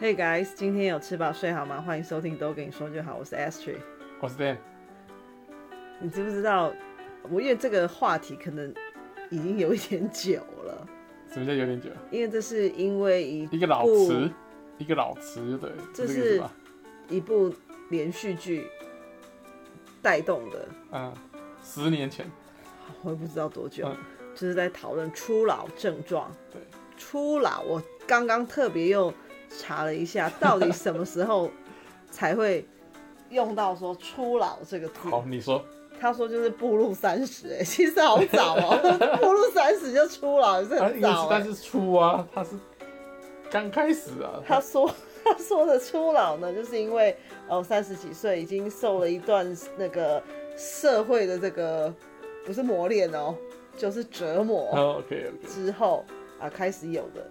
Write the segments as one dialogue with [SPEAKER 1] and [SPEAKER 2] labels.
[SPEAKER 1] Hey guys，今天有吃饱睡好吗？欢迎收听都跟你说就好，我是 Astrid。
[SPEAKER 2] 我是 Dan，
[SPEAKER 1] 你知不知道，我因为这个话题可能已经有一点久了，
[SPEAKER 2] 什么叫有点久？
[SPEAKER 1] 因为这是因为一
[SPEAKER 2] 一个老
[SPEAKER 1] 不
[SPEAKER 2] 词，一个老词就对了，
[SPEAKER 1] 这
[SPEAKER 2] 这个意
[SPEAKER 1] 是
[SPEAKER 2] 思吧？
[SPEAKER 1] 一部连续剧带动的，
[SPEAKER 2] 嗯，十年前，
[SPEAKER 1] 我也不知道多久，
[SPEAKER 2] 嗯
[SPEAKER 1] 就是在讨论初老症状。
[SPEAKER 2] 对，
[SPEAKER 1] 初老，我刚刚特别又查了一下，到底什么时候才会用到说初老这个字？
[SPEAKER 2] 好，你说，
[SPEAKER 1] 他说就是步入三十，哎，其实好早哦、 步入三十就出老，也是
[SPEAKER 2] 啊，
[SPEAKER 1] 很
[SPEAKER 2] 因为
[SPEAKER 1] 早
[SPEAKER 2] 是
[SPEAKER 1] 哎、
[SPEAKER 2] 但是初啊，它是刚开始啊，
[SPEAKER 1] 他说 他说的初老呢，就是因为哦三十几岁已经受了一段那个社会的这个不是磨练哦、就是折磨
[SPEAKER 2] 哦，OK OK，
[SPEAKER 1] 之后啊开始有的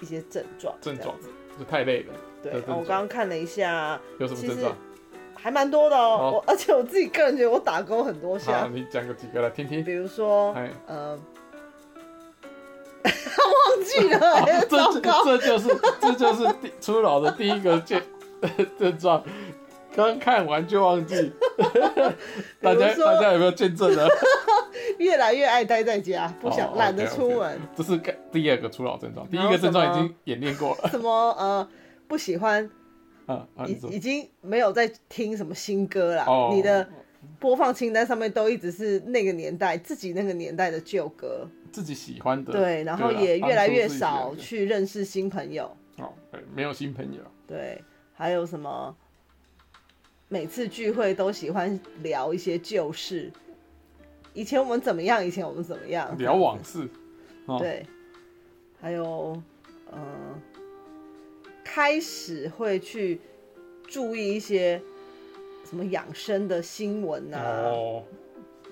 [SPEAKER 1] 一些症状。
[SPEAKER 2] 症
[SPEAKER 1] 这样
[SPEAKER 2] 状就太累了，
[SPEAKER 1] 对，
[SPEAKER 2] 的
[SPEAKER 1] 然
[SPEAKER 2] 症
[SPEAKER 1] 后我
[SPEAKER 2] 状
[SPEAKER 1] 刚刚看了一下，
[SPEAKER 2] 有什么症状？
[SPEAKER 1] 还蛮多的哦、
[SPEAKER 2] 好
[SPEAKER 1] 我而且我自己个人觉得我打勾很多
[SPEAKER 2] 好，
[SPEAKER 1] 下，
[SPEAKER 2] 你讲个几个来听听。
[SPEAKER 1] 比如说
[SPEAKER 2] 哎，
[SPEAKER 1] 呃， 忘记 了、哎
[SPEAKER 2] 哦这
[SPEAKER 1] 糟
[SPEAKER 2] 这
[SPEAKER 1] 糕，
[SPEAKER 2] 这就是这就是第初老的第一个症症状，刚看完就忘 记。大
[SPEAKER 1] 比
[SPEAKER 2] 家
[SPEAKER 1] 如说
[SPEAKER 2] 大家有没有见证呢？
[SPEAKER 1] 越来越爱待在家，不想
[SPEAKER 2] 哦
[SPEAKER 1] 懒得
[SPEAKER 2] OK，OK
[SPEAKER 1] 出门。
[SPEAKER 2] 这是该第二个初老症状，第
[SPEAKER 1] 然
[SPEAKER 2] 一
[SPEAKER 1] 后
[SPEAKER 2] 个症状已
[SPEAKER 1] 什么
[SPEAKER 2] 经演练过了。
[SPEAKER 1] 什么呃，不喜 欢，
[SPEAKER 2] 啊啊，
[SPEAKER 1] 已
[SPEAKER 2] 你说
[SPEAKER 1] 已经没有在听什么新歌啦。
[SPEAKER 2] 哦
[SPEAKER 1] 你的播放清单上面都一直是那个年代自己那个年代的旧歌，
[SPEAKER 2] 自己喜欢的，
[SPEAKER 1] 对，然后
[SPEAKER 2] 啦
[SPEAKER 1] 也越来越少
[SPEAKER 2] 当初自己
[SPEAKER 1] 去认识新朋友，
[SPEAKER 2] 的哦，对，没有新朋友，
[SPEAKER 1] 对，还有什么？每次聚会都喜欢聊一些旧事，以前我们怎么样？以前我们怎么样？
[SPEAKER 2] 聊往事，哦，
[SPEAKER 1] 对，还有呃，开始会去注意一些什么养生的新闻啊，
[SPEAKER 2] 哦，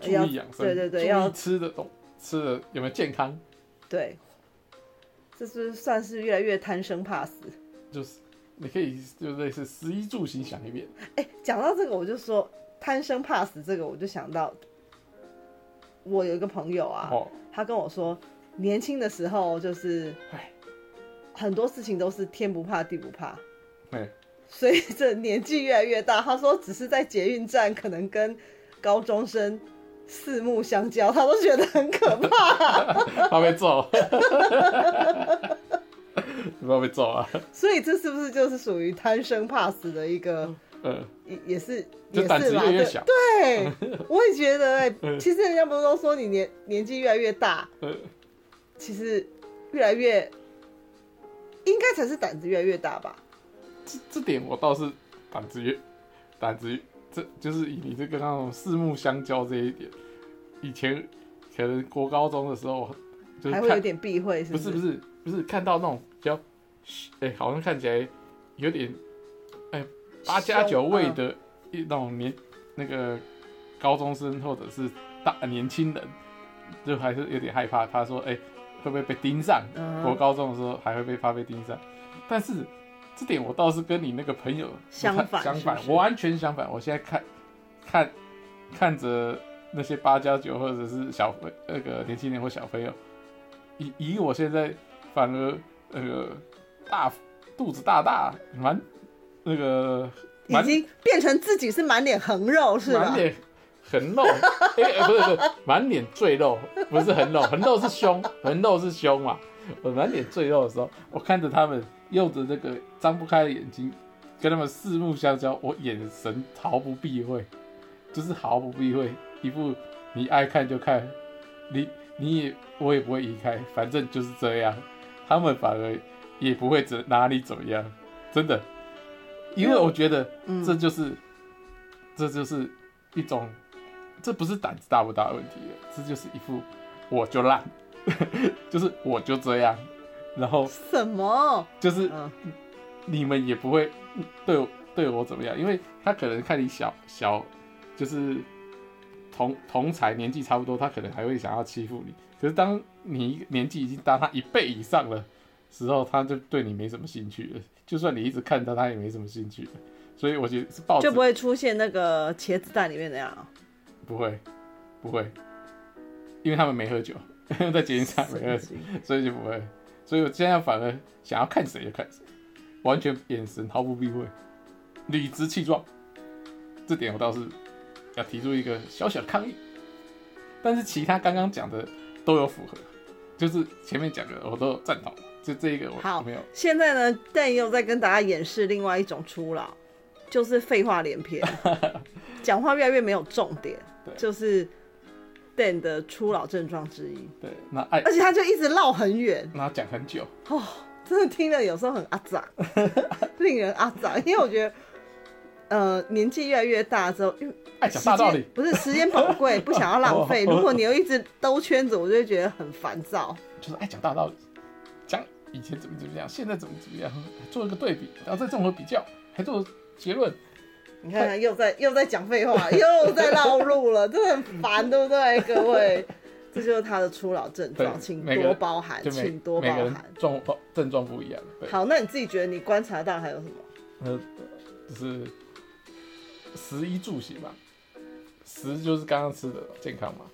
[SPEAKER 2] 注
[SPEAKER 1] 要
[SPEAKER 2] 意养生，
[SPEAKER 1] 对对对
[SPEAKER 2] 注意
[SPEAKER 1] 要
[SPEAKER 2] 吃的懂，吃的有没有健康，
[SPEAKER 1] 对，这是算是越来越贪生怕死。
[SPEAKER 2] 就是你可以就类似食衣住行想一遍，
[SPEAKER 1] 哎、讲到这个，我就说贪生怕死这个，我就想到我有一个朋友啊，
[SPEAKER 2] 哦，
[SPEAKER 1] 他跟我说，年轻的时候就是
[SPEAKER 2] 哎，
[SPEAKER 1] 很多事情都是天不怕地不怕，
[SPEAKER 2] 哎，
[SPEAKER 1] 随着年纪越来越大，他说只是在捷运站可能跟高中生四目相交，他都觉得很可怕，
[SPEAKER 2] 怕被揍， 你怕被揍啊？
[SPEAKER 1] 所以这是不是就是属于贪生怕死的一个，
[SPEAKER 2] 嗯，
[SPEAKER 1] 也也是
[SPEAKER 2] 就
[SPEAKER 1] 也
[SPEAKER 2] 胆
[SPEAKER 1] 是
[SPEAKER 2] 子越
[SPEAKER 1] 嘛？
[SPEAKER 2] 来越
[SPEAKER 1] 对
[SPEAKER 2] 小，
[SPEAKER 1] 对，我也觉得哎、
[SPEAKER 2] 嗯
[SPEAKER 1] 其实人家不是都说你年年纪越来越大，
[SPEAKER 2] 嗯，
[SPEAKER 1] 其实越来越应该才是胆子越来越大吧？
[SPEAKER 2] 这这点我倒是胆子越胆子越这就是以你这个那种四目相交这一点，以前可能国高中的时候就是
[SPEAKER 1] 还会
[SPEAKER 2] 看
[SPEAKER 1] 有点避讳，是
[SPEAKER 2] 不是不是不是看到那种比较哎、好像看起来有点哎八加九
[SPEAKER 1] 凶
[SPEAKER 2] 位
[SPEAKER 1] 嗯
[SPEAKER 2] 的一那种年那个高中生或者是大年轻人，就还是有点害怕。他说哎、会不会被盯上？
[SPEAKER 1] 嗯
[SPEAKER 2] 我高中的时候还会被怕被盯上，但是这点我倒是跟你那个朋友不太
[SPEAKER 1] 相反
[SPEAKER 2] 相反
[SPEAKER 1] 是，不是
[SPEAKER 2] 我完全相反。我现在看看看着那些八加九或者是小朋那个年轻人或小朋友，以以我现在反而那个大肚子大大蛮那个
[SPEAKER 1] 已
[SPEAKER 2] 蛮
[SPEAKER 1] 经变成自己是满脸横肉是吧
[SPEAKER 2] 满？脸横肉，哎、哎不是不是，满脸赘肉，不是横肉，横肉是胸，横肉是胸嘛。我满脸赘肉的时候，我看着他们用着那个张不开的眼睛，跟他们四目相交，我眼神毫不避讳，就是毫不避讳，一副你爱看就看，你你也我也不会移开，反正就是这样。他们反而也不会怎哪里怎么样，真的，因为我觉得
[SPEAKER 1] 嗯
[SPEAKER 2] 这就是、这就是一种，这不是胆子大不大的问题了，这就是一副我就烂， 就是我就这样，然后
[SPEAKER 1] 什么？
[SPEAKER 2] 就是
[SPEAKER 1] 嗯，
[SPEAKER 2] 你们也不会对我对我怎么样，因为他可能看你小小，就是同同才年纪差不多，他可能还会想要欺负你。可是当你年纪已经大他一倍以上了时候，他就对你没什么兴趣了。就算你一直看他，他也没什么兴趣了。所以我觉得是抱着
[SPEAKER 1] 就不会出现那个茄子蛋里面那样 啊。
[SPEAKER 2] 不会不会，因为他们没喝酒， 在捷运上没喝酒
[SPEAKER 1] 神。经
[SPEAKER 2] 所以就不会。所以我现在反而想要看谁就看谁，完全眼神毫不避讳，理直气壮。这点我倒是要提出一个小小的抗议。但是其他刚刚讲的都有符合，就是前面讲的我都有赞同，就这一个我
[SPEAKER 1] 好
[SPEAKER 2] 没有。
[SPEAKER 1] 现在呢，但又在跟大家演示另外一种初老，就是废话连 篇，讲话越来越没有重点
[SPEAKER 2] 对，
[SPEAKER 1] 就是 Dan 的初老症状之一。
[SPEAKER 2] 对，那爱
[SPEAKER 1] 而且他就一直绕很远
[SPEAKER 2] 那讲很久，
[SPEAKER 1] 哦，真的听了有时候很阿杂， 令人阿杂，因为我觉得。呃，年纪越来越大之后，因为
[SPEAKER 2] 爱
[SPEAKER 1] 时
[SPEAKER 2] 哎讲大道理
[SPEAKER 1] 间。不是时间宝贵， 不想要浪费。
[SPEAKER 2] 哦
[SPEAKER 1] 如果你又一直兜圈子，我就会觉得很烦躁。
[SPEAKER 2] 就是爱讲大道理，讲以前怎么怎么样，现在怎么怎么样，做一个对比，然后再综合比较，还做结论。
[SPEAKER 1] 你看看，又在又在讲废话，又 在绕路了，真的很烦，对不对，各位？这就是他的初老症状，
[SPEAKER 2] 对
[SPEAKER 1] 请
[SPEAKER 2] 每个
[SPEAKER 1] 多包涵，
[SPEAKER 2] 就每
[SPEAKER 1] 请多包
[SPEAKER 2] 每个人
[SPEAKER 1] 涵。
[SPEAKER 2] 状况症状不一样，对，
[SPEAKER 1] 好，那你自己觉得你观察到还有什么？
[SPEAKER 2] 那就是食衣住行嘛，食就是刚刚吃的健康嘛，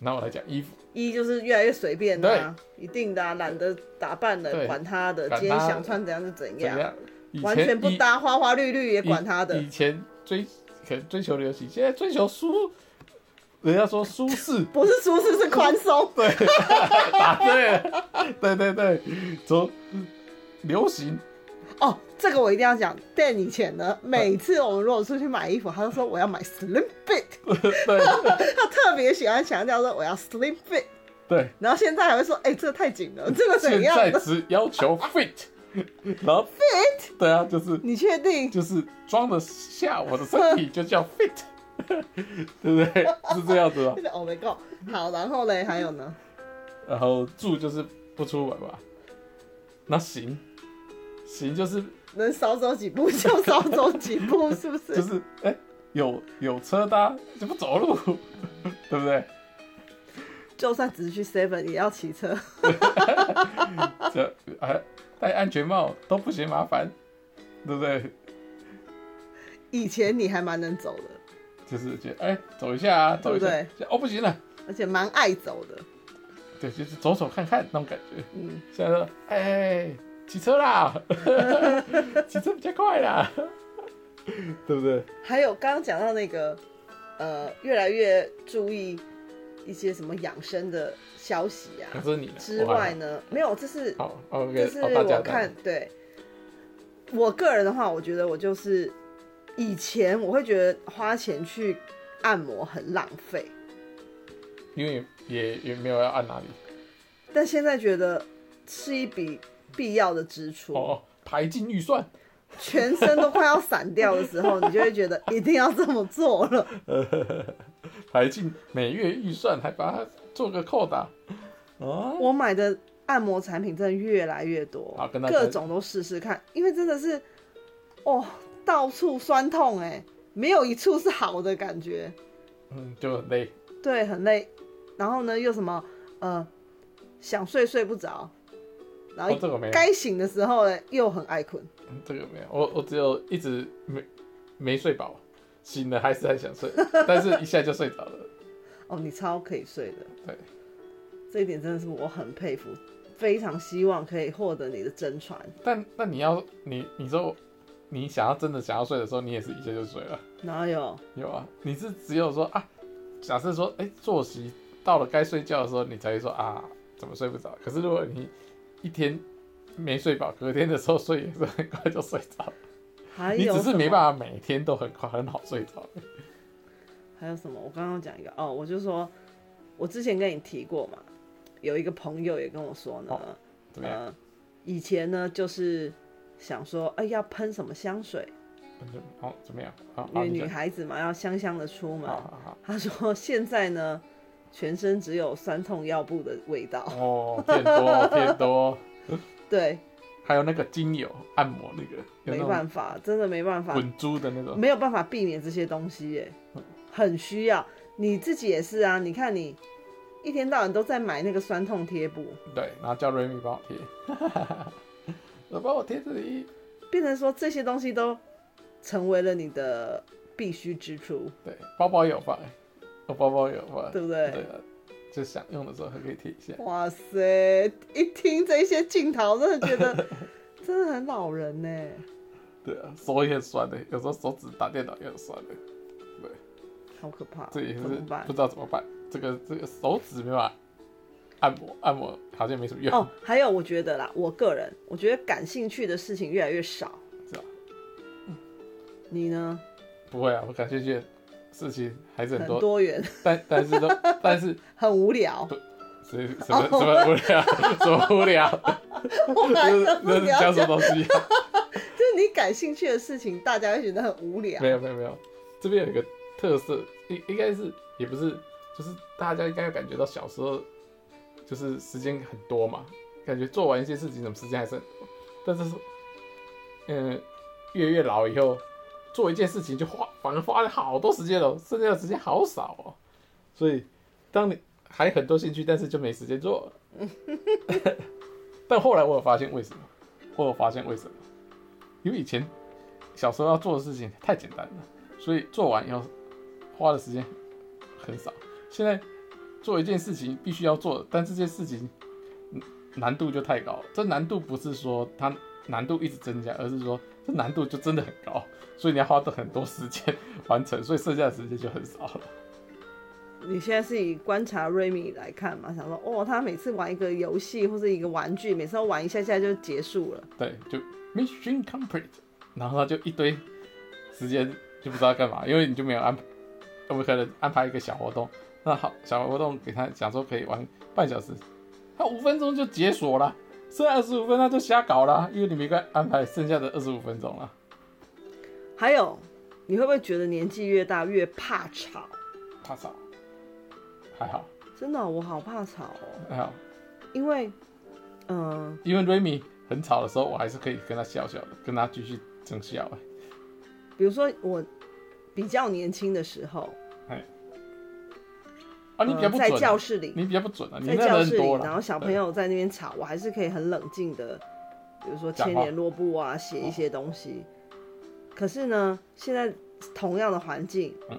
[SPEAKER 2] 然后我来讲衣服，
[SPEAKER 1] 一就是越来越随便啦、一定的、啊，懒得打扮了，
[SPEAKER 2] 对
[SPEAKER 1] 管他的，
[SPEAKER 2] 管
[SPEAKER 1] 今天
[SPEAKER 2] 他
[SPEAKER 1] 想穿怎样就怎
[SPEAKER 2] 怎
[SPEAKER 1] 样，
[SPEAKER 2] 样？以前
[SPEAKER 1] 完全不
[SPEAKER 2] 以
[SPEAKER 1] 搭花花绿绿也管他的
[SPEAKER 2] 以以，前追可能追求流行，现在追求舒，人家说舒适，
[SPEAKER 1] 不是舒适是宽松。
[SPEAKER 2] 对，答对了，对对对，从流行
[SPEAKER 1] 哦，这个我一定要讲。但以前呢，每次我们如果出去买衣服，他就说我要买 slim fit，
[SPEAKER 2] 对
[SPEAKER 1] 他特别喜欢强调说我要 slim fit。
[SPEAKER 2] 对，
[SPEAKER 1] 然后现在还会说，哎、这个太紧了，这个怎
[SPEAKER 2] 现
[SPEAKER 1] 样
[SPEAKER 2] 在
[SPEAKER 1] 的
[SPEAKER 2] 只要求 fit，然后 fit，对啊，就是
[SPEAKER 1] 你确定？
[SPEAKER 2] 就是装得下我的身体就叫 fit，对 不对？是这样子啊吧？
[SPEAKER 1] Oh my god！好，然后嘞，还有呢？
[SPEAKER 2] 然后住就是不出门吧，那行行就是
[SPEAKER 1] 能少走几步就少走几 步，是不是？
[SPEAKER 2] 就是哎、有有车搭就不走路，对不对？
[SPEAKER 1] 就算只是去 Seven 也要骑车，
[SPEAKER 2] 这哎、戴安全帽都不嫌麻烦，对不对？
[SPEAKER 1] 以前你还蛮能走的，
[SPEAKER 2] 就是觉得哎、走一下啊，走一下，
[SPEAKER 1] 对
[SPEAKER 2] 就哦不行了，
[SPEAKER 1] 而且蛮爱走的。
[SPEAKER 2] 对，就是走走看看那种感觉。
[SPEAKER 1] 嗯，
[SPEAKER 2] 现在说哎骑车 啦，骑车比较快啦，对不对？
[SPEAKER 1] 还有刚刚讲到那个，呃，越来越注意一些什么养生的消息
[SPEAKER 2] 可
[SPEAKER 1] 啊
[SPEAKER 2] 是你呢
[SPEAKER 1] 之外，呢，没有，这是
[SPEAKER 2] 我还好好 OK，
[SPEAKER 1] 就是
[SPEAKER 2] 好大家
[SPEAKER 1] 我
[SPEAKER 2] 大家
[SPEAKER 1] 看对，我个人的话，我觉得我就是以前我会觉得花钱去按摩很浪费，
[SPEAKER 2] 因为也也没有要按哪里
[SPEAKER 1] 但现在觉得是一笔必要的支出，
[SPEAKER 2] 哦，排进预算，
[SPEAKER 1] 全身都快要散掉的时候，你就会觉得一定要这么做了。
[SPEAKER 2] 排进每月预算，还把它做个扣打，哦，
[SPEAKER 1] 我买的按摩产品真的越来越多
[SPEAKER 2] 好跟，大家
[SPEAKER 1] 各种都试试看，因为真的是哦，到处酸痛哎、没有一处是好的感觉。
[SPEAKER 2] 嗯，就很累，
[SPEAKER 1] 对，很累。然后呢，又什么呃，想睡睡不着，然
[SPEAKER 2] 哦
[SPEAKER 1] 后
[SPEAKER 2] 这个没有。
[SPEAKER 1] 哎
[SPEAKER 2] 嗯
[SPEAKER 1] 该醒的时候呢，又很爱困。
[SPEAKER 2] 这个没有，我我只有一直没没睡饱，醒了还是很想睡， 但是一下就睡着了。
[SPEAKER 1] 哦，你超可以睡的，
[SPEAKER 2] 对，
[SPEAKER 1] 这一点真的是我很佩服，非常希望可以获得你的真传。
[SPEAKER 2] 但那你要你你说你想要真的想要睡的时候，你也是一下就睡了，
[SPEAKER 1] 哪有？
[SPEAKER 2] 有啊？你是只有说啊，假设说哎、作息到了该睡觉的时候，你才会说啊怎么睡不着？可是如果你一天没睡饱，隔天的时候睡也是很快就睡着，
[SPEAKER 1] 还
[SPEAKER 2] 你
[SPEAKER 1] 有
[SPEAKER 2] 只是没
[SPEAKER 1] 法。
[SPEAKER 2] 办法每天都很快很好睡着。
[SPEAKER 1] 还有什么？我刚刚讲一个哦，我就说，我之前跟你提过嘛，有一个朋友也跟我说呢，
[SPEAKER 2] 哦怎么样？
[SPEAKER 1] 呃，以前呢就是想说，哎、要喷什么香水，
[SPEAKER 2] 哦，怎么样？好，
[SPEAKER 1] 因
[SPEAKER 2] 好
[SPEAKER 1] 为
[SPEAKER 2] 你
[SPEAKER 1] 女
[SPEAKER 2] 讲
[SPEAKER 1] 孩子嘛要香香的出门
[SPEAKER 2] 好，好好。
[SPEAKER 1] 他说 现在呢，全身只有酸痛药布的味道。
[SPEAKER 2] 哦，骗多骗多，
[SPEAKER 1] 对，
[SPEAKER 2] 还有那个精油按摩那个，
[SPEAKER 1] 没
[SPEAKER 2] 有那种
[SPEAKER 1] 办法，真的没办法，
[SPEAKER 2] 滚珠的嗯那种，
[SPEAKER 1] 没有办法避免这些东西耶，很需要。你自己也是啊，你看你一天到晚都在买那个酸痛贴布，
[SPEAKER 2] 对，然后叫瑞米帮我贴， 我帮我贴这里，
[SPEAKER 1] 变成说这些东西都成为了你的必须支出，
[SPEAKER 2] 对，包包有放，我包包有放，
[SPEAKER 1] 对不对？
[SPEAKER 2] 对啊，就想用的时候还可以贴一下，
[SPEAKER 1] 哇塞，一听这些镜头，真的觉得真真的很老人呢、
[SPEAKER 2] 对啊，手也酸的，有时候手指打电脑也很酸的，
[SPEAKER 1] 好可怕，
[SPEAKER 2] 这也是
[SPEAKER 1] 怎么办
[SPEAKER 2] 不知？道怎么办。这个这个手指没办法按摩，按摩好像没什么 用，
[SPEAKER 1] 哦，还有我觉得啦，我个人我觉得感兴趣的事情越来越少，
[SPEAKER 2] 是吧？
[SPEAKER 1] 嗯你呢？
[SPEAKER 2] 不会啊，我感兴趣的事情还是很
[SPEAKER 1] 很
[SPEAKER 2] 多，
[SPEAKER 1] 多元，
[SPEAKER 2] 但 但是都但是
[SPEAKER 1] 很无聊，
[SPEAKER 2] 什什么什么无聊，什么无聊，
[SPEAKER 1] 哦 我
[SPEAKER 2] 这
[SPEAKER 1] 还
[SPEAKER 2] 是
[SPEAKER 1] 很无
[SPEAKER 2] 这是
[SPEAKER 1] 聊
[SPEAKER 2] 讲什么
[SPEAKER 1] 讲，
[SPEAKER 2] 东西、啊？
[SPEAKER 1] 就是你感兴趣的事情，大家会觉得很无聊。
[SPEAKER 2] 没有没有没有，这边有一个特色，应应该是也不是，就是大家应该感觉到小时候就是时间很多嘛，感觉做完一些事情，什么时间还是很多，但是是，嗯、越越老以后，做一件事情就花反而花了好多时间了，剩下的时间好少哦，所以当你还很多兴趣，但是就没时间做了。但后来我有发现为什么，我有发现为什么，因为以前小时候要做的事情太简单了，所以做完以后花的时间很少。现在做一件事情必须要做，但这件事情嗯难度就太高了。这难度不是说它难度一直增加，而是说这难度就真的很高，所以你要花很多时间完成，所以剩下的时间就很少了。
[SPEAKER 1] 你现在是以观察瑞米来看嘛，想说哦，他每次玩一个游戏或是一个玩具，每次都玩一下下就结束了。
[SPEAKER 2] 对，就 mission complete，然后他就一堆时间就不知道干嘛，因为你就没有安排，我们可能安排一个小活动，那好，小活动给他讲说可以玩半小时，他五分钟就解锁了，剩下二十五分他就瞎搞了，因为你没给他安排剩下的二十五分钟了。
[SPEAKER 1] 还有，你会不会觉得年纪越大越怕吵？
[SPEAKER 2] 怕吵，还好
[SPEAKER 1] 真的哦、我好怕吵哦，
[SPEAKER 2] 还好，
[SPEAKER 1] 因为，嗯、
[SPEAKER 2] 因为 Remy 很吵的时候，我还是可以跟他笑笑的，跟他继续争笑、欸。
[SPEAKER 1] 比如说我比较年轻的时候，
[SPEAKER 2] 啊，你比较不
[SPEAKER 1] 呃
[SPEAKER 2] 准、
[SPEAKER 1] 在教
[SPEAKER 2] 啊，
[SPEAKER 1] 室里，
[SPEAKER 2] 你比较不准啊，你
[SPEAKER 1] 在
[SPEAKER 2] 那
[SPEAKER 1] 教
[SPEAKER 2] 人
[SPEAKER 1] 室里
[SPEAKER 2] 多，了，
[SPEAKER 1] 然后小朋
[SPEAKER 2] 对
[SPEAKER 1] 友在那边吵，我还是可以很冷静的，比如说
[SPEAKER 2] 讲
[SPEAKER 1] 牵
[SPEAKER 2] 话
[SPEAKER 1] 连落布啊，写一些东西。可是呢，现在同样的环境，
[SPEAKER 2] 嗯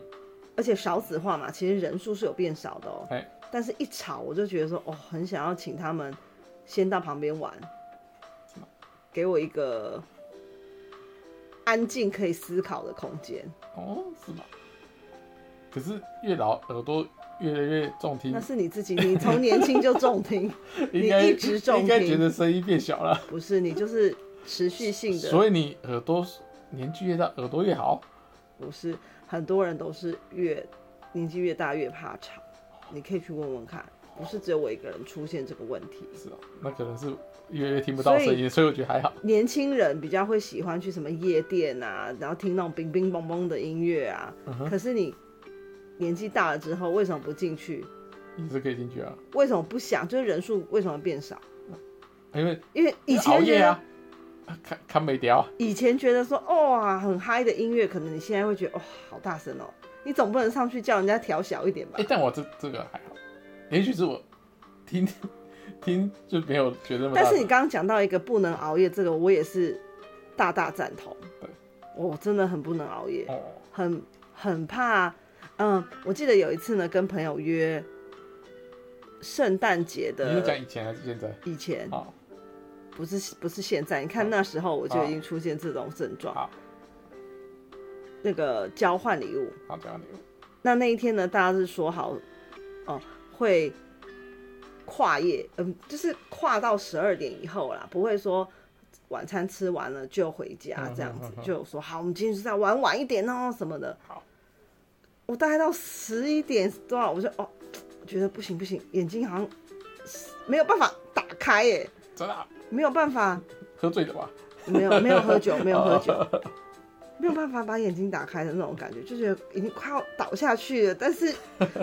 [SPEAKER 1] 而且少子化嘛，其实人数是有变少的哦、
[SPEAKER 2] 哎
[SPEAKER 1] 但是一吵，我就觉得说，哦，很想要请他们先到旁边玩
[SPEAKER 2] 什么，
[SPEAKER 1] 给我一个安静可以思考的空间。
[SPEAKER 2] 哦，是吗？可是越老耳朵越来越重听
[SPEAKER 1] 那，是你自己，你从年轻就重听，
[SPEAKER 2] 应该
[SPEAKER 1] 你一直重听
[SPEAKER 2] 应该觉得声音变小了，
[SPEAKER 1] 不是你就是持续性的。
[SPEAKER 2] 所以你耳朵年纪越大，耳朵越好。
[SPEAKER 1] 不是很多人都是越年纪越大越怕吵，你可以去问问看，不是只有我一个人出现这个问题。
[SPEAKER 2] 是哦，那可能是越来越听不到
[SPEAKER 1] 所以
[SPEAKER 2] 声音，所以我觉得还好。
[SPEAKER 1] 年轻人比较会喜欢去什么夜店啊，然后听那种冰冰嘣嘣的音乐啊。
[SPEAKER 2] 嗯
[SPEAKER 1] 可是你年纪大了之后，为什么不进去？
[SPEAKER 2] 你是可以进去啊，
[SPEAKER 1] 为什么不想？就是人数为什么变少？
[SPEAKER 2] 因为
[SPEAKER 1] 因为以
[SPEAKER 2] 熬
[SPEAKER 1] 前觉
[SPEAKER 2] 夜
[SPEAKER 1] 得，
[SPEAKER 2] 啊，啊看看美雕啊，
[SPEAKER 1] 以前觉得说哦、啊、很嗨的音乐，可能你现在会觉得哦好大声哦，你总不能上去叫人家调小一点吧
[SPEAKER 2] 哎、？但我这这个还好，也许是我听 听就没有觉得那么大
[SPEAKER 1] 但
[SPEAKER 2] 声。
[SPEAKER 1] 是你刚刚讲到一个不能熬夜，这个我也是大大赞同。
[SPEAKER 2] 对，
[SPEAKER 1] 我真的很不能熬夜，
[SPEAKER 2] 哦，
[SPEAKER 1] 很很怕。嗯，我记得有一次呢，跟朋友约圣诞节
[SPEAKER 2] 你是讲
[SPEAKER 1] 的
[SPEAKER 2] 以前还是现在？哦
[SPEAKER 1] 以前，
[SPEAKER 2] 好，
[SPEAKER 1] 不是不是现在。你看那时候我就已经出现这种症状
[SPEAKER 2] 哦好，
[SPEAKER 1] 那个交换礼物。
[SPEAKER 2] 好，讲你。
[SPEAKER 1] 那那一天呢，大家是说好，哦、会跨夜，嗯，就是跨到十二点以后啦，不会说晚餐吃完了就回家
[SPEAKER 2] 嗯
[SPEAKER 1] 这样子，
[SPEAKER 2] 嗯嗯嗯
[SPEAKER 1] 就说好，我们今天就是要玩晚一点哦什么的。
[SPEAKER 2] 好，
[SPEAKER 1] 我大概到十一点多少，我就哦，我觉得不行不行，眼睛好像没有办法打开耶，
[SPEAKER 2] 真的啊、
[SPEAKER 1] 没有办法，
[SPEAKER 2] 喝醉了吧？
[SPEAKER 1] 没有没有喝酒，没有喝酒。
[SPEAKER 2] 哦
[SPEAKER 1] 没有办法把眼睛打开的那种感觉，就觉得已经快要倒下去了。但 是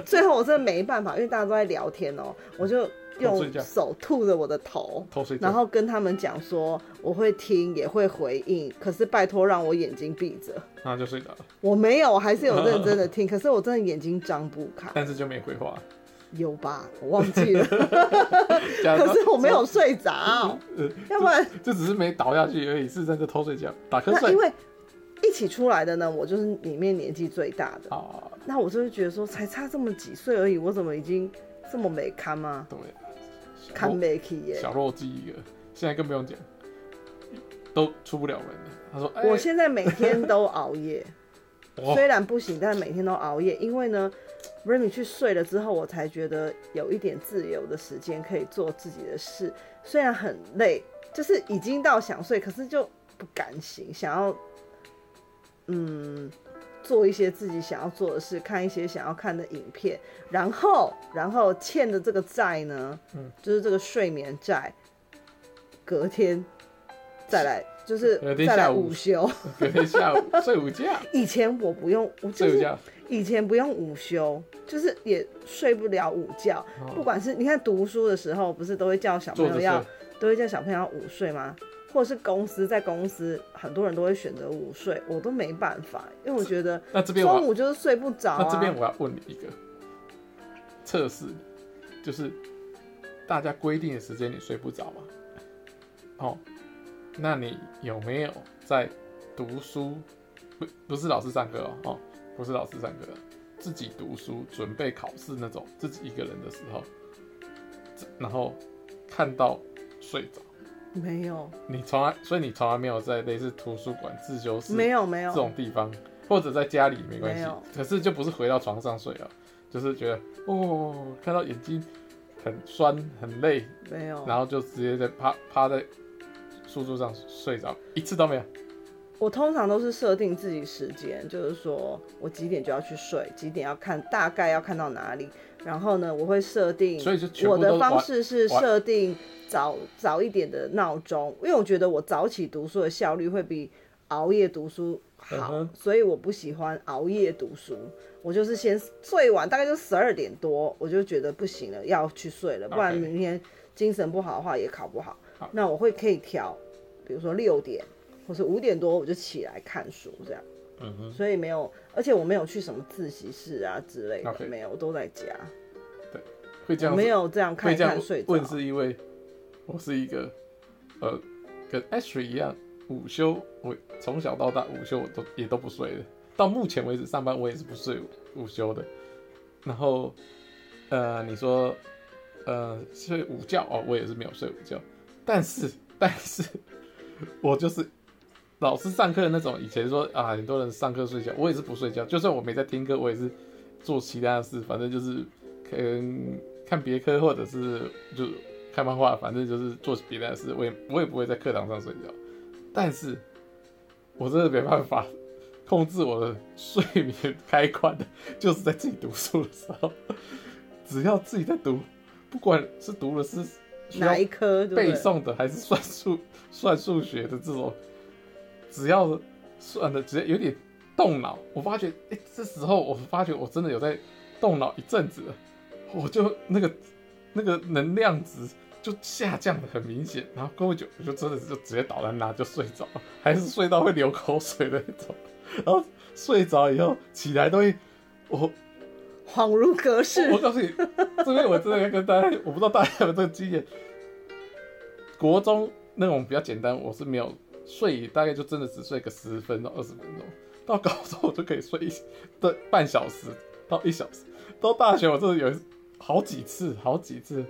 [SPEAKER 1] 最后我真的没办法，因为大家都在聊天哦、我就
[SPEAKER 2] 偷睡
[SPEAKER 1] 用
[SPEAKER 2] 觉
[SPEAKER 1] 手吐着我的头，
[SPEAKER 2] 偷睡觉
[SPEAKER 1] 然后跟他们讲说我会听也会回应，可是拜托让我眼睛闭着。
[SPEAKER 2] 然后就睡着了，
[SPEAKER 1] 我没有，我还是有认真的听，可是我真的眼睛张不开，
[SPEAKER 2] 但是就没回话。
[SPEAKER 1] 有吧？我忘记 了，
[SPEAKER 2] 假如
[SPEAKER 1] 可是我没有睡着，
[SPEAKER 2] 呃，
[SPEAKER 1] 要不然
[SPEAKER 2] 就只是没倒下去而已，是在这偷睡觉、打瞌
[SPEAKER 1] 那
[SPEAKER 2] 睡
[SPEAKER 1] 因。为一起出来的呢，我就是里面年纪最大的。
[SPEAKER 2] 啊，
[SPEAKER 1] 那我就会觉得说，才差这么几岁而已，我怎么已经这么没堪吗？
[SPEAKER 2] 对，
[SPEAKER 1] 堪
[SPEAKER 2] 小
[SPEAKER 1] 没起耶！
[SPEAKER 2] 小弱鸡一个，现在更不用讲。都出不了门的。他说：“哎、
[SPEAKER 1] 我现在每天都熬 夜，
[SPEAKER 2] 哦
[SPEAKER 1] 虽然不行，但每天都熬夜，因为呢，Remy 去睡了之后，我才觉得有一点自由的时间可以做自己的事，虽然很累，就是已经到想睡，可是就不甘心，想要，嗯。做一些自己想要做的事，看一些想要看的影片，然后，然后欠的这个债呢，
[SPEAKER 2] 嗯
[SPEAKER 1] 就是这个睡眠债，隔天再来，就是
[SPEAKER 2] 隔天
[SPEAKER 1] 再来
[SPEAKER 2] 下午
[SPEAKER 1] 午休。
[SPEAKER 2] 隔天下午睡午 觉，
[SPEAKER 1] 以前我不用，我就
[SPEAKER 2] 睡午
[SPEAKER 1] 是
[SPEAKER 2] 觉，
[SPEAKER 1] 以前不用午休，就是也睡不了午觉。
[SPEAKER 2] 哦
[SPEAKER 1] 不管是你看读书的时候，不是都会叫小朋友
[SPEAKER 2] 坐着
[SPEAKER 1] 要
[SPEAKER 2] 睡，
[SPEAKER 1] 都会叫小朋友要午睡吗？或者是公司在公司，很多人都会选择午睡，我都没办法，因为我觉得
[SPEAKER 2] 那这边我
[SPEAKER 1] 中
[SPEAKER 2] 要
[SPEAKER 1] 午就是睡不着啊。
[SPEAKER 2] 那这边我要问你一个测试你，就是大家规定的时间你睡不着嘛？哦，那你有没有在读书？不不是老师上课哦，哦，不是老师上课，自己读书准备考试那种，自己一个人的时候，自然后看到睡着，
[SPEAKER 1] 没有，
[SPEAKER 2] 你从来所以你从来没有在类似图书馆、自修室
[SPEAKER 1] 没有，没
[SPEAKER 2] 这
[SPEAKER 1] 有，
[SPEAKER 2] 种地方，或者在家里没关
[SPEAKER 1] 没
[SPEAKER 2] 系
[SPEAKER 1] 有，
[SPEAKER 2] 可是就不是回到床上睡了，就是觉得哦，看到眼睛很酸很累，
[SPEAKER 1] 没有。
[SPEAKER 2] 然后就直接在趴趴在书桌上睡着，一次都没有。
[SPEAKER 1] 我通常都是设定自己时间，就是说我几点就要去睡，几点要看，大概要看到哪里。然后呢，我会设定，
[SPEAKER 2] 所以就全部
[SPEAKER 1] 我
[SPEAKER 2] 都是
[SPEAKER 1] 的方
[SPEAKER 2] 晚
[SPEAKER 1] 式是
[SPEAKER 2] 晚
[SPEAKER 1] 设定早早一点的闹钟，因为我觉得我早起读书的效率会比熬夜读书好，
[SPEAKER 2] 嗯哼
[SPEAKER 1] 所以我不喜欢熬夜读书。我就是先最晚大概就十二点多，我就觉得不行了，要去睡了，不然
[SPEAKER 2] OK
[SPEAKER 1] 明天精神不好的话也考不好。
[SPEAKER 2] 好
[SPEAKER 1] 那我会可以调，比如说六点或是五点多我就起来看书这样，
[SPEAKER 2] 嗯哼，
[SPEAKER 1] 所以没有，而且我没有去什么自习室啊之类的
[SPEAKER 2] OK
[SPEAKER 1] 没有，我都在家，
[SPEAKER 2] 会这
[SPEAKER 1] 我
[SPEAKER 2] 样子
[SPEAKER 1] 没有这样看
[SPEAKER 2] 会
[SPEAKER 1] 一
[SPEAKER 2] 这样
[SPEAKER 1] 看睡着。
[SPEAKER 2] 问，是因为我是一个呃跟 Ashley 一样午休，我从小到大午休我都也都不睡的，到目前为止上班我也是不睡午休的。然后呃你说呃睡午觉哦，我也是没有睡午觉，但是但是我就是。老师上课的那种，以前说啊，很多人上课睡觉，我也是不睡觉。就算我没在听课，我也是做其他的事，反正就是可能看别科或者是就看漫画，反正就是做别的事，我也我也不会在课堂上睡觉。但是，我真的没办法控制我的睡眠开关的，就是在自己读书的时候，只要自己在读，不管是读的是需要
[SPEAKER 1] 哪一科对不
[SPEAKER 2] 背
[SPEAKER 1] 对？
[SPEAKER 2] 诵的还是算数 算数学的这种，只要算的只要有点动脑，我发觉哎、诶这时候我发觉我真的有在动脑一阵子了，我就那个那个能量值就下降的很明显，然后过不久我就真的就直接倒在那就睡着了，还是睡到会流口水的那种，然后睡着以后起来都会我
[SPEAKER 1] 恍如隔世
[SPEAKER 2] 我。告诉你，这边我真的要跟大家，我不知道大家有没有这个经验。国中那种比较简单，我是没有睡，大概就真的只睡个十分到二十分钟。到高中我就可以睡一的半小时到一小时。到大学我真的有好几次，好几次，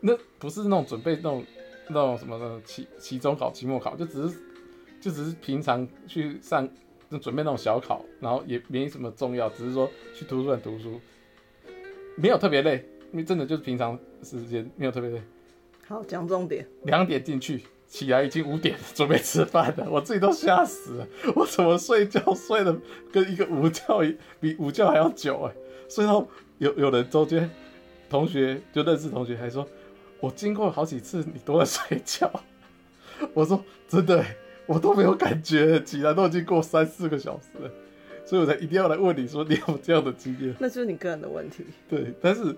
[SPEAKER 2] 那不是那种准备那种那种什么的期期中考、期末考，就只是就只是平常去上就准备那种小考，然后也没什么重要，只是说去图书馆读书，没有特别累，因为真的就是平常时间没有特别累。
[SPEAKER 1] 好，讲重点，
[SPEAKER 2] 两点进去，起来已经五点了，准备吃饭了，我自己都吓死了。我怎么睡觉睡的跟一个午觉一比午觉还要久哎、睡到有有人周间同学就认识同学还说，我经过好几次你都在睡觉。 我说真的、欸，我都没有感觉，起来都已经过三四个小时了，所以我才一定要来问你说你有这样的经验。
[SPEAKER 1] 那就是你个人的问题。
[SPEAKER 2] 对，但是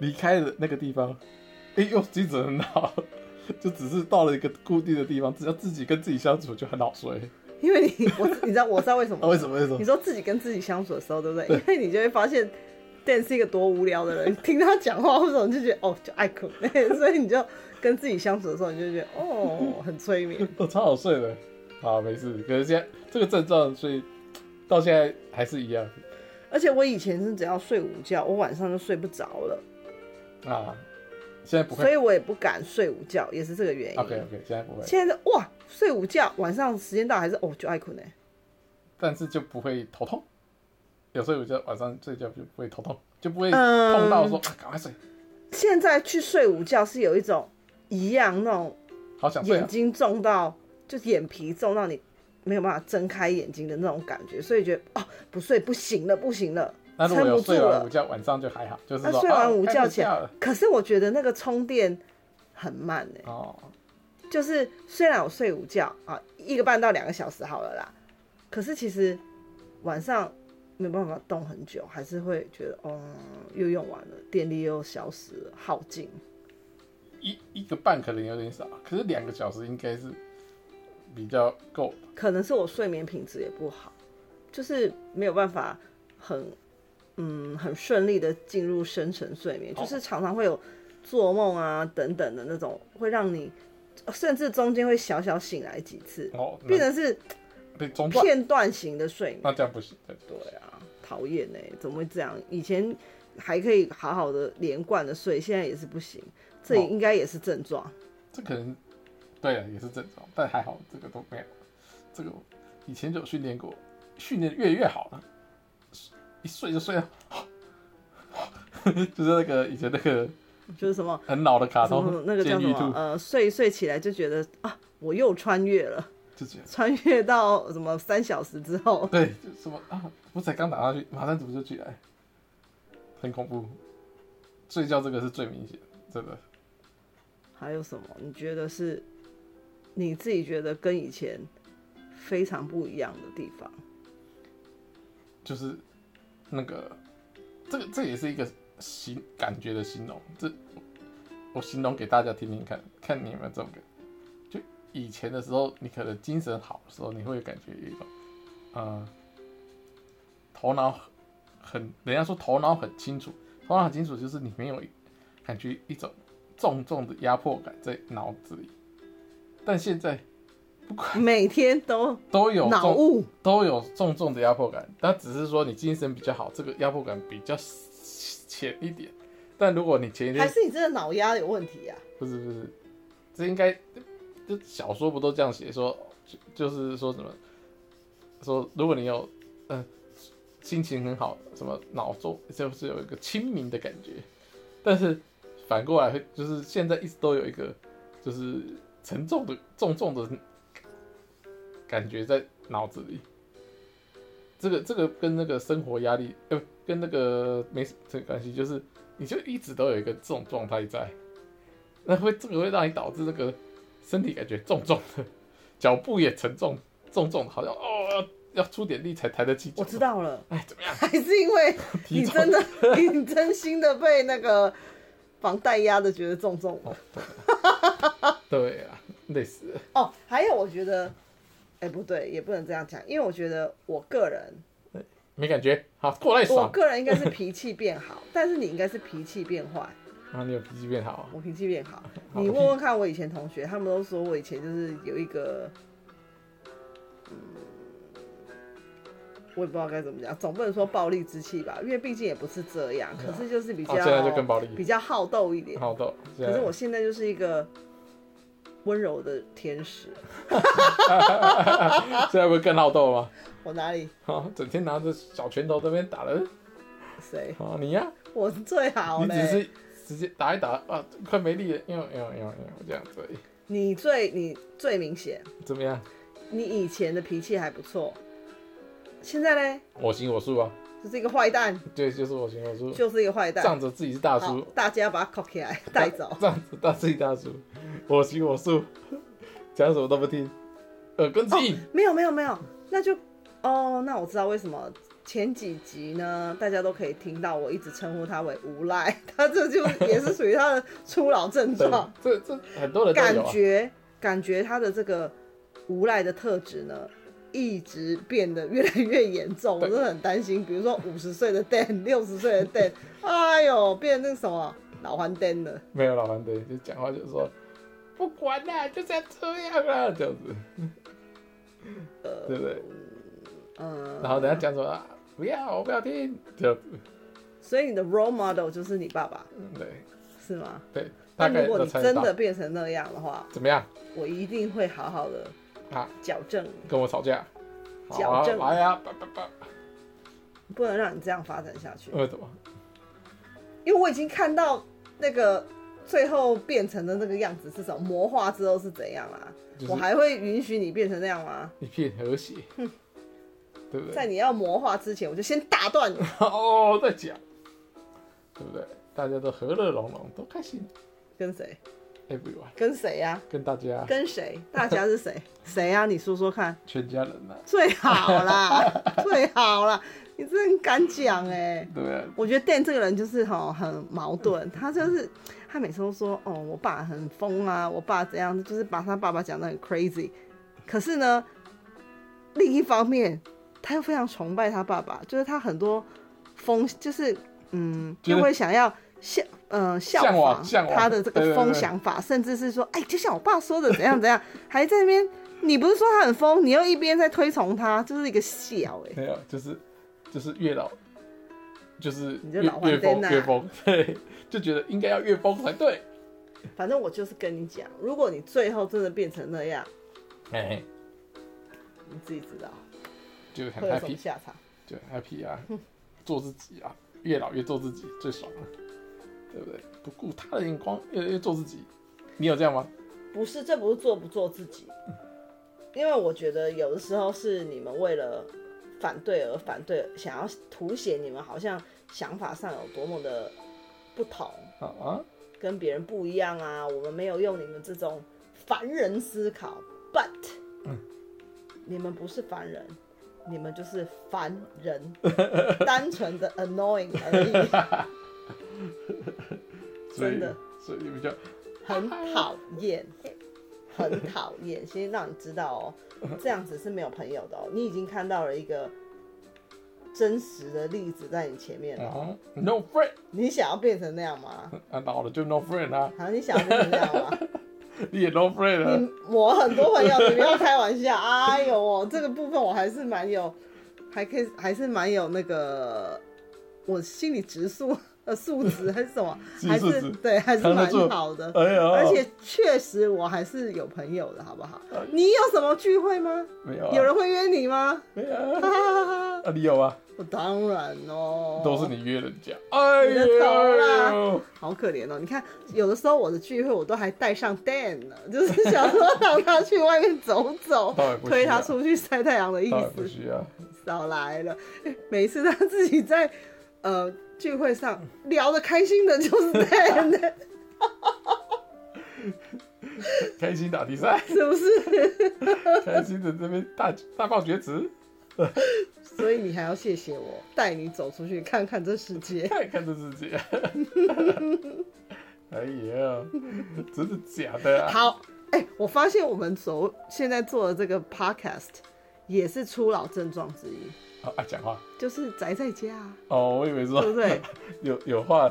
[SPEAKER 2] 离开了那个地方，哎、又精神很好， 就只是到了一个固定的地方，只要自己跟自己相处就很好睡。
[SPEAKER 1] 因为你我你知道我知道为 什
[SPEAKER 2] 啊，
[SPEAKER 1] 么？
[SPEAKER 2] 为什么？为什么
[SPEAKER 1] 你？说自己跟自己相处的时候，对不对？因为你就会发现 Dan 是一个多无聊的人，听他讲话或者你就觉得哦，就爱哭， 所以你就跟自己相处的时候，你就觉得哦，很催 眠。
[SPEAKER 2] 我超好睡的。好，没事。可是现在这个症状，所以到现在还是一样
[SPEAKER 1] 而且我以前是只要睡午觉，我晚上就睡不着了。
[SPEAKER 2] 啊。现在不
[SPEAKER 1] 所
[SPEAKER 2] 会。
[SPEAKER 1] 以我也不敢睡午觉，也是这个原因。
[SPEAKER 2] OK OK，现在不会，
[SPEAKER 1] 现在是哇，睡午觉晚上时间到还是哦就爱困哎、
[SPEAKER 2] 但是就不会头痛。有时候我就晚上睡觉就不会头痛，就不会
[SPEAKER 1] 嗯
[SPEAKER 2] 痛到说啊赶、快睡，
[SPEAKER 1] 现在去睡午觉是有一种一样那种
[SPEAKER 2] 好想睡
[SPEAKER 1] 眼
[SPEAKER 2] 啊。
[SPEAKER 1] 睛重到，就是眼皮重到你没有办法睁开眼睛的那种感觉，所以觉得哦不睡不行了不行了，
[SPEAKER 2] 那如
[SPEAKER 1] 撑
[SPEAKER 2] 果有
[SPEAKER 1] 不住
[SPEAKER 2] 睡完
[SPEAKER 1] 了
[SPEAKER 2] 午。觉，晚上就还好，就是
[SPEAKER 1] 那
[SPEAKER 2] 说
[SPEAKER 1] 睡
[SPEAKER 2] 啊
[SPEAKER 1] 完午
[SPEAKER 2] 该
[SPEAKER 1] 觉
[SPEAKER 2] 睡
[SPEAKER 1] 起来
[SPEAKER 2] 了，
[SPEAKER 1] 可是我觉得那个充电很慢哎、
[SPEAKER 2] 哦，
[SPEAKER 1] 就是虽然我睡午觉啊一个半到两个小时好了啦，可是其实晚上没办法动很久，还是会觉得哦又用完了，电力又消失了，耗尽。
[SPEAKER 2] 一一个半可能有点少，可是两个小时应该是比较够。
[SPEAKER 1] 可能是我睡眠品质也不好，就是没有办法很嗯很顺利的进入深层睡眠，
[SPEAKER 2] 哦
[SPEAKER 1] 就是常常会有做梦啊等等的那种，会让你呃甚至中间会小小醒来几次，
[SPEAKER 2] 哦，
[SPEAKER 1] 变
[SPEAKER 2] 那
[SPEAKER 1] 成是
[SPEAKER 2] 被中断，
[SPEAKER 1] 片段型的睡眠。
[SPEAKER 2] 那这样不行。对，
[SPEAKER 1] 对啊，讨厌呢，怎么会这样？以前还可以好好的连贯的睡，现在也是不行，这
[SPEAKER 2] 哦
[SPEAKER 1] 应该也是症状。
[SPEAKER 2] 这可能对啊，也是正常，但还好这个都没有。这个我以前就有训练过，训练越来越好了，一睡就睡了， 就是那个以前那个
[SPEAKER 1] 就是什么
[SPEAKER 2] 很老的卡
[SPEAKER 1] 什么
[SPEAKER 2] 通
[SPEAKER 1] 那个叫
[SPEAKER 2] 监
[SPEAKER 1] 什
[SPEAKER 2] 狱
[SPEAKER 1] 么
[SPEAKER 2] 兔，
[SPEAKER 1] 呃，睡一睡起来就觉得啊，我又穿越了。
[SPEAKER 2] 就觉得
[SPEAKER 1] 穿越到什么三小时之后，
[SPEAKER 2] 对，就什么啊，我才刚打上去，马上怎么就起来，很恐怖。睡觉这个是最明显的，真的。
[SPEAKER 1] 还有什么？你觉得是你自己觉得跟以前非常不一样的地方？
[SPEAKER 2] 就是那个，这个这也是一个形感觉的形容，这我形容给大家听听看，看你有没有这种感觉。就以前的时候，你可能精神好的时候，你会感觉有一种，呃，头脑很，人家说头脑很清楚，头脑很清楚就是你没有感觉一种重重的压迫感在脑子里，但现在不管
[SPEAKER 1] 每天都
[SPEAKER 2] 都有
[SPEAKER 1] 脑
[SPEAKER 2] 重
[SPEAKER 1] 雾，
[SPEAKER 2] 都有重重的压迫感，但只是说你精神比较好，这个压迫感比较浅一点。但如果你前一
[SPEAKER 1] 还
[SPEAKER 2] 天
[SPEAKER 1] 是你真的脑压有问题啊？
[SPEAKER 2] 不是不是，这应该这小说不都这样写说，就就是说什么说如果你有嗯、呃心情很好，什么脑中就是有一个清明的感觉，但是反过来会就是现在一直都有一个就是沉重的重重的感觉在脑子里。这个这个跟那个生活压力，呃，跟那个没什么关系，就是你就一直都有一个这种状态在，那会这个会让你导致那个身体感觉重重的，脚步也沉重重重的，好像哦要要出点力才抬得起脚。
[SPEAKER 1] 我知，道了，
[SPEAKER 2] 哎，怎么样？
[SPEAKER 1] 还是因 为
[SPEAKER 2] 体
[SPEAKER 1] 你
[SPEAKER 2] 重
[SPEAKER 1] 真的， 你真心的被那个房贷压的觉得重重的
[SPEAKER 2] 哦，对啊，类似的
[SPEAKER 1] 哦。还有，我觉得，哎、不对，也不能这样讲，因为我觉得我个人
[SPEAKER 2] 没感觉，好过来
[SPEAKER 1] 我
[SPEAKER 2] 哎爽
[SPEAKER 1] 个人应该是脾气变好，但是你应该是脾气变坏。
[SPEAKER 2] 啊！你有脾气变好啊？
[SPEAKER 1] 我脾气变好。
[SPEAKER 2] 好
[SPEAKER 1] 你问问看我以前同学，他们都说我以前就是有一个，嗯，我也不知道该怎么讲，总不能说暴力之气吧，因为毕竟也不是这样，可是就是比较、
[SPEAKER 2] 哦现在就更暴力
[SPEAKER 1] 比较好斗一点。
[SPEAKER 2] 好的，现
[SPEAKER 1] 可是
[SPEAKER 2] 在
[SPEAKER 1] 我现在就是一个温柔的天使，
[SPEAKER 2] 现在不是更好斗吗？
[SPEAKER 1] 我哪里
[SPEAKER 2] 啊，整天拿着小拳头这边打人
[SPEAKER 1] 谁？
[SPEAKER 2] 啊！你呀、
[SPEAKER 1] 我是最好
[SPEAKER 2] 你只
[SPEAKER 1] 嘞。
[SPEAKER 2] 是直接打一打啊，快没力了，呦呦呦呦，这样子而已，
[SPEAKER 1] 你最你最明显，
[SPEAKER 2] 怎么样？
[SPEAKER 1] 你以前的脾气还不错，现在嘞
[SPEAKER 2] 我行我素啊，
[SPEAKER 1] 就是一个坏蛋，
[SPEAKER 2] 对，就是我行我素，
[SPEAKER 1] 就是一个坏蛋。
[SPEAKER 2] 仗着自己是大
[SPEAKER 1] 好
[SPEAKER 2] 叔，，
[SPEAKER 1] 大家把它扣起来带走。
[SPEAKER 2] 仗着大自己大叔，我行我素，讲什么都不听，耳根子硬，
[SPEAKER 1] 没有没有没有，那就哦，那我知道为什么前几集呢，大家都可以听到我一直称呼他为无赖， 他这就也是属于他的初老症
[SPEAKER 2] 对
[SPEAKER 1] 状，，
[SPEAKER 2] 这这很多人
[SPEAKER 1] 感
[SPEAKER 2] 都有啊。
[SPEAKER 1] 觉感觉他的这个无赖的特质呢。一直变得越来越严重，我
[SPEAKER 2] 对
[SPEAKER 1] 真的很担心。比如说五十岁的 Dan，六十岁的 Dan，哎呦，变那个什么老黄 Dan 了。
[SPEAKER 2] 没有老黄对，就讲话就说不管啦、就是要这样啦、这样子，
[SPEAKER 1] 呃
[SPEAKER 2] 对不对？
[SPEAKER 1] 嗯，
[SPEAKER 2] 然后等下讲什么、啊不要，我不要听，这样子，
[SPEAKER 1] 所以你的 role model 就是你爸爸，
[SPEAKER 2] 嗯对
[SPEAKER 1] 是吗？
[SPEAKER 2] 对，大
[SPEAKER 1] 但
[SPEAKER 2] 概
[SPEAKER 1] 如果
[SPEAKER 2] 都
[SPEAKER 1] 你
[SPEAKER 2] 猜得
[SPEAKER 1] 真
[SPEAKER 2] 到
[SPEAKER 1] 的变成那样的话，
[SPEAKER 2] 怎么样
[SPEAKER 1] 我一定会好好的
[SPEAKER 2] 啊？
[SPEAKER 1] 矫正，
[SPEAKER 2] 跟我吵架？好
[SPEAKER 1] 矫
[SPEAKER 2] 啊，
[SPEAKER 1] 正
[SPEAKER 2] 来呀，叭叭叭，
[SPEAKER 1] 不能让你这样发展下去。
[SPEAKER 2] 为什么？
[SPEAKER 1] 因为我已经看到那个最后变成的那个样子是什么，魔化之后是怎样啦、
[SPEAKER 2] 就是
[SPEAKER 1] 我还会允许你变成那样吗？
[SPEAKER 2] 一片和谐，对不对？
[SPEAKER 1] 在你要魔化之前，我就先打断你。
[SPEAKER 2] 哦，在讲，对不对？大家都和乐融融，都开心。
[SPEAKER 1] 跟 谁？
[SPEAKER 2] Everyone，
[SPEAKER 1] 跟谁呀、
[SPEAKER 2] 跟大家
[SPEAKER 1] 跟谁？大家是谁？ 谁呀、你说说看。
[SPEAKER 2] 全家人呐、啊，
[SPEAKER 1] 最好 啦，最好啦，你真敢讲哎、
[SPEAKER 2] 对不对？
[SPEAKER 1] 我觉得 Dan 这个人就是哈很矛盾，他就是他每次都说哦，我爸很疯啊，我爸怎样，就是把他爸爸讲的很 crazy。可是呢，另一方面，他又非常崇拜他爸爸，就是他很多风，就是嗯，
[SPEAKER 2] 就是
[SPEAKER 1] 就会想要效呃效
[SPEAKER 2] 向往
[SPEAKER 1] 仿
[SPEAKER 2] 向往
[SPEAKER 1] 他的这
[SPEAKER 2] 对对
[SPEAKER 1] 个
[SPEAKER 2] 对
[SPEAKER 1] 风想法，甚至是说，哎，就像我爸说的怎样怎样，还在那边。你不是说他很疯，你又一边在推崇他，就是一个笑哎、
[SPEAKER 2] 没有，就是就是越老，就是
[SPEAKER 1] 你
[SPEAKER 2] 越
[SPEAKER 1] 这老黄
[SPEAKER 2] 越疯
[SPEAKER 1] 灯啊
[SPEAKER 2] 越疯， 对，就觉得应该要越疯才对。
[SPEAKER 1] 反正我就是跟你讲，如果你最后真的变成那样，
[SPEAKER 2] 哎，
[SPEAKER 1] 你自己知道
[SPEAKER 2] 就很
[SPEAKER 1] 会有什么
[SPEAKER 2] happy，
[SPEAKER 1] 下场。
[SPEAKER 2] 就很 happy 啊，做自己啊，越老越做自己最爽啊，对不对？不顾他人眼光，越来越做自己。你有这样吗？
[SPEAKER 1] 不是，这不是做不做自己，因为我觉得有的时候是你们为了反对而反对，想要凸显你们好像想法上有多么的不同，
[SPEAKER 2] 啊啊，
[SPEAKER 1] 跟别人不一样啊。我们没有用你们这种凡人思考，but，、你们不是凡人，你们就是凡人， 单纯的 annoying 而已。
[SPEAKER 2] 所以
[SPEAKER 1] 真的
[SPEAKER 2] 所以你们就
[SPEAKER 1] 很讨厌，很讨厌。先让你知道哦，这样子是没有朋友的哦。你已经看到了一个真实的例子在你前面了。
[SPEAKER 2] 啊，no friend
[SPEAKER 1] 你想要变成那样吗？
[SPEAKER 2] 啊，老了就 no friend 啊，
[SPEAKER 1] 好，你想要变成那样吗？
[SPEAKER 2] 你也 no friend 啊了、
[SPEAKER 1] 你我很多朋友，你不要开玩笑。哎呦哦，这个部分我还是蛮有，还可以，还是蛮有那个我心理指数呃素质还是什 么，
[SPEAKER 2] 心理
[SPEAKER 1] 还
[SPEAKER 2] 素质
[SPEAKER 1] 是对，还是
[SPEAKER 2] 扛得
[SPEAKER 1] 蛮
[SPEAKER 2] 住
[SPEAKER 1] 好的。
[SPEAKER 2] 哎呀，
[SPEAKER 1] 而且确实我还是有朋友的，好不好
[SPEAKER 2] 呃？
[SPEAKER 1] 你有什么聚会吗？
[SPEAKER 2] 没有、啊，
[SPEAKER 1] 有人会约你吗？
[SPEAKER 2] 没有
[SPEAKER 1] 哈
[SPEAKER 2] 啊，
[SPEAKER 1] 哈哈哈
[SPEAKER 2] 啊你有啊，
[SPEAKER 1] 我当然哦，
[SPEAKER 2] 都是，你约人家，哎
[SPEAKER 1] 你的头啦
[SPEAKER 2] 呦，
[SPEAKER 1] 好可怜哦！你看，有的时候我的聚会我都还带上 Dan 呢， 就是想说让他去外面走走
[SPEAKER 2] 倒也，不需要
[SPEAKER 1] 推他出去晒太阳的 意
[SPEAKER 2] 当然不
[SPEAKER 1] 思。
[SPEAKER 2] 需要，
[SPEAKER 1] 少来了，每次他自己在呃聚会上聊得开心的，就是 Dan，，
[SPEAKER 2] 开心打比赛
[SPEAKER 1] 是不是？
[SPEAKER 2] 开心的这边大大放厥词，
[SPEAKER 1] 所以你还要谢谢我，带你走出去看看这世界。
[SPEAKER 2] 看看这世界， 哎呀，真的假的啊？
[SPEAKER 1] 好，哎、我发现我们所现在做的这个 podcast 也是初老症状之一，
[SPEAKER 2] 好啊，讲话
[SPEAKER 1] 就是宅在家、啊，
[SPEAKER 2] 哦，我以为说
[SPEAKER 1] 对不对？
[SPEAKER 2] 有有话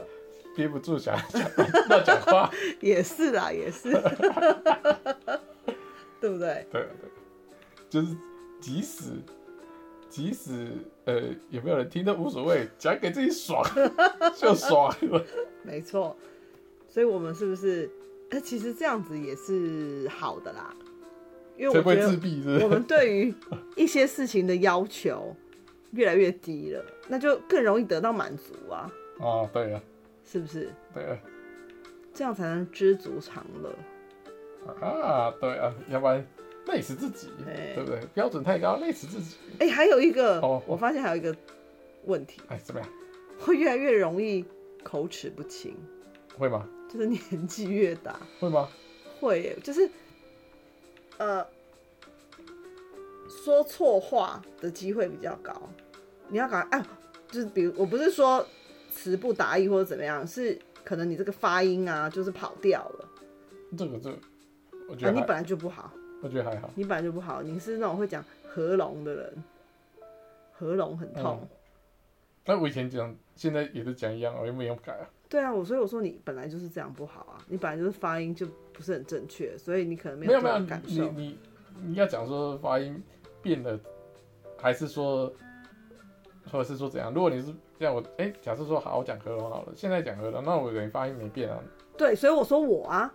[SPEAKER 2] 憋不住想要讲， 要讲话，
[SPEAKER 1] 也是啦，也是， 对不对？
[SPEAKER 2] 对对，就是即使即使呃有没有人听都无所谓，讲给自 己爽就爽了。
[SPEAKER 1] 没错，所以我们是不是？那其实这样子也是好的啦，因为
[SPEAKER 2] 才
[SPEAKER 1] 我
[SPEAKER 2] 不会
[SPEAKER 1] 觉
[SPEAKER 2] 自
[SPEAKER 1] 得
[SPEAKER 2] 闭，是
[SPEAKER 1] 我
[SPEAKER 2] 不是？
[SPEAKER 1] 们对于一些事情的要求越来越低了，那就更容易得到满足啊，
[SPEAKER 2] 哦，对了，
[SPEAKER 1] 是不是？
[SPEAKER 2] 对啊了，
[SPEAKER 1] 这样才能知足常乐。
[SPEAKER 2] 啊，对啊，要不然累死自己，
[SPEAKER 1] 对
[SPEAKER 2] 对不对？标准太高，累死自己。
[SPEAKER 1] 哎、还有一个，
[SPEAKER 2] 哦
[SPEAKER 1] 我发现还有一个问题，
[SPEAKER 2] 哎，怎么样？
[SPEAKER 1] 会越来越容易口齿不清，
[SPEAKER 2] 会吗？
[SPEAKER 1] 就是年纪越大
[SPEAKER 2] 会吗？
[SPEAKER 1] 会耶，就是呃说错话的机会比较高。你要赶快，哎，就是比如我不是说词不达意或者怎么样，是可能你这个发音啊，就是跑掉了，
[SPEAKER 2] 这个这个，我觉
[SPEAKER 1] 啊、
[SPEAKER 2] 得
[SPEAKER 1] 你
[SPEAKER 2] 还，
[SPEAKER 1] 本来就不好，
[SPEAKER 2] 我觉得还好。
[SPEAKER 1] 你本来就不好，你是那种会讲合拢的人，合拢很痛。
[SPEAKER 2] 嗯那我以前讲，现在也是讲一样，我又没有改啊。
[SPEAKER 1] 对啊，我所以我说你本来就是这样不好啊，你本来就是发音就不是很正确，所以你可能没
[SPEAKER 2] 没有没
[SPEAKER 1] 这
[SPEAKER 2] 有，
[SPEAKER 1] 种
[SPEAKER 2] 你
[SPEAKER 1] 感
[SPEAKER 2] 你
[SPEAKER 1] 受。
[SPEAKER 2] 你你要讲说发音变了，还是说，或者是说怎样？如果你是这样，我哎、假设说好，我讲合龙好了，现在讲合龙，那我等于发音没变啊，
[SPEAKER 1] 对，所以我说我啊，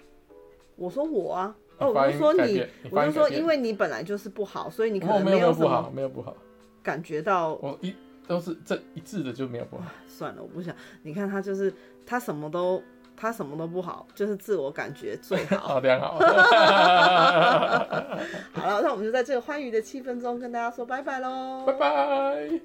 [SPEAKER 1] 我说我啊，哦，
[SPEAKER 2] 你发
[SPEAKER 1] 我
[SPEAKER 2] 音
[SPEAKER 1] 就说
[SPEAKER 2] 改
[SPEAKER 1] 你
[SPEAKER 2] 变你，发
[SPEAKER 1] 我
[SPEAKER 2] 音
[SPEAKER 1] 就说
[SPEAKER 2] 改变
[SPEAKER 1] 因为你本来就是不好，所以你可
[SPEAKER 2] 我
[SPEAKER 1] 能
[SPEAKER 2] 没有没有
[SPEAKER 1] 什
[SPEAKER 2] 不
[SPEAKER 1] 么
[SPEAKER 2] 好，没有不好，
[SPEAKER 1] 感觉到
[SPEAKER 2] 我一都是这一致的就没有不好。
[SPEAKER 1] 算了，我不想。你看他就是他什么都他什么都不好，就是自我感觉最 好。
[SPEAKER 2] 好，良好。
[SPEAKER 1] 好了，那我们就在这个欢愉的气氛中跟大家说拜拜喽，
[SPEAKER 2] 拜拜。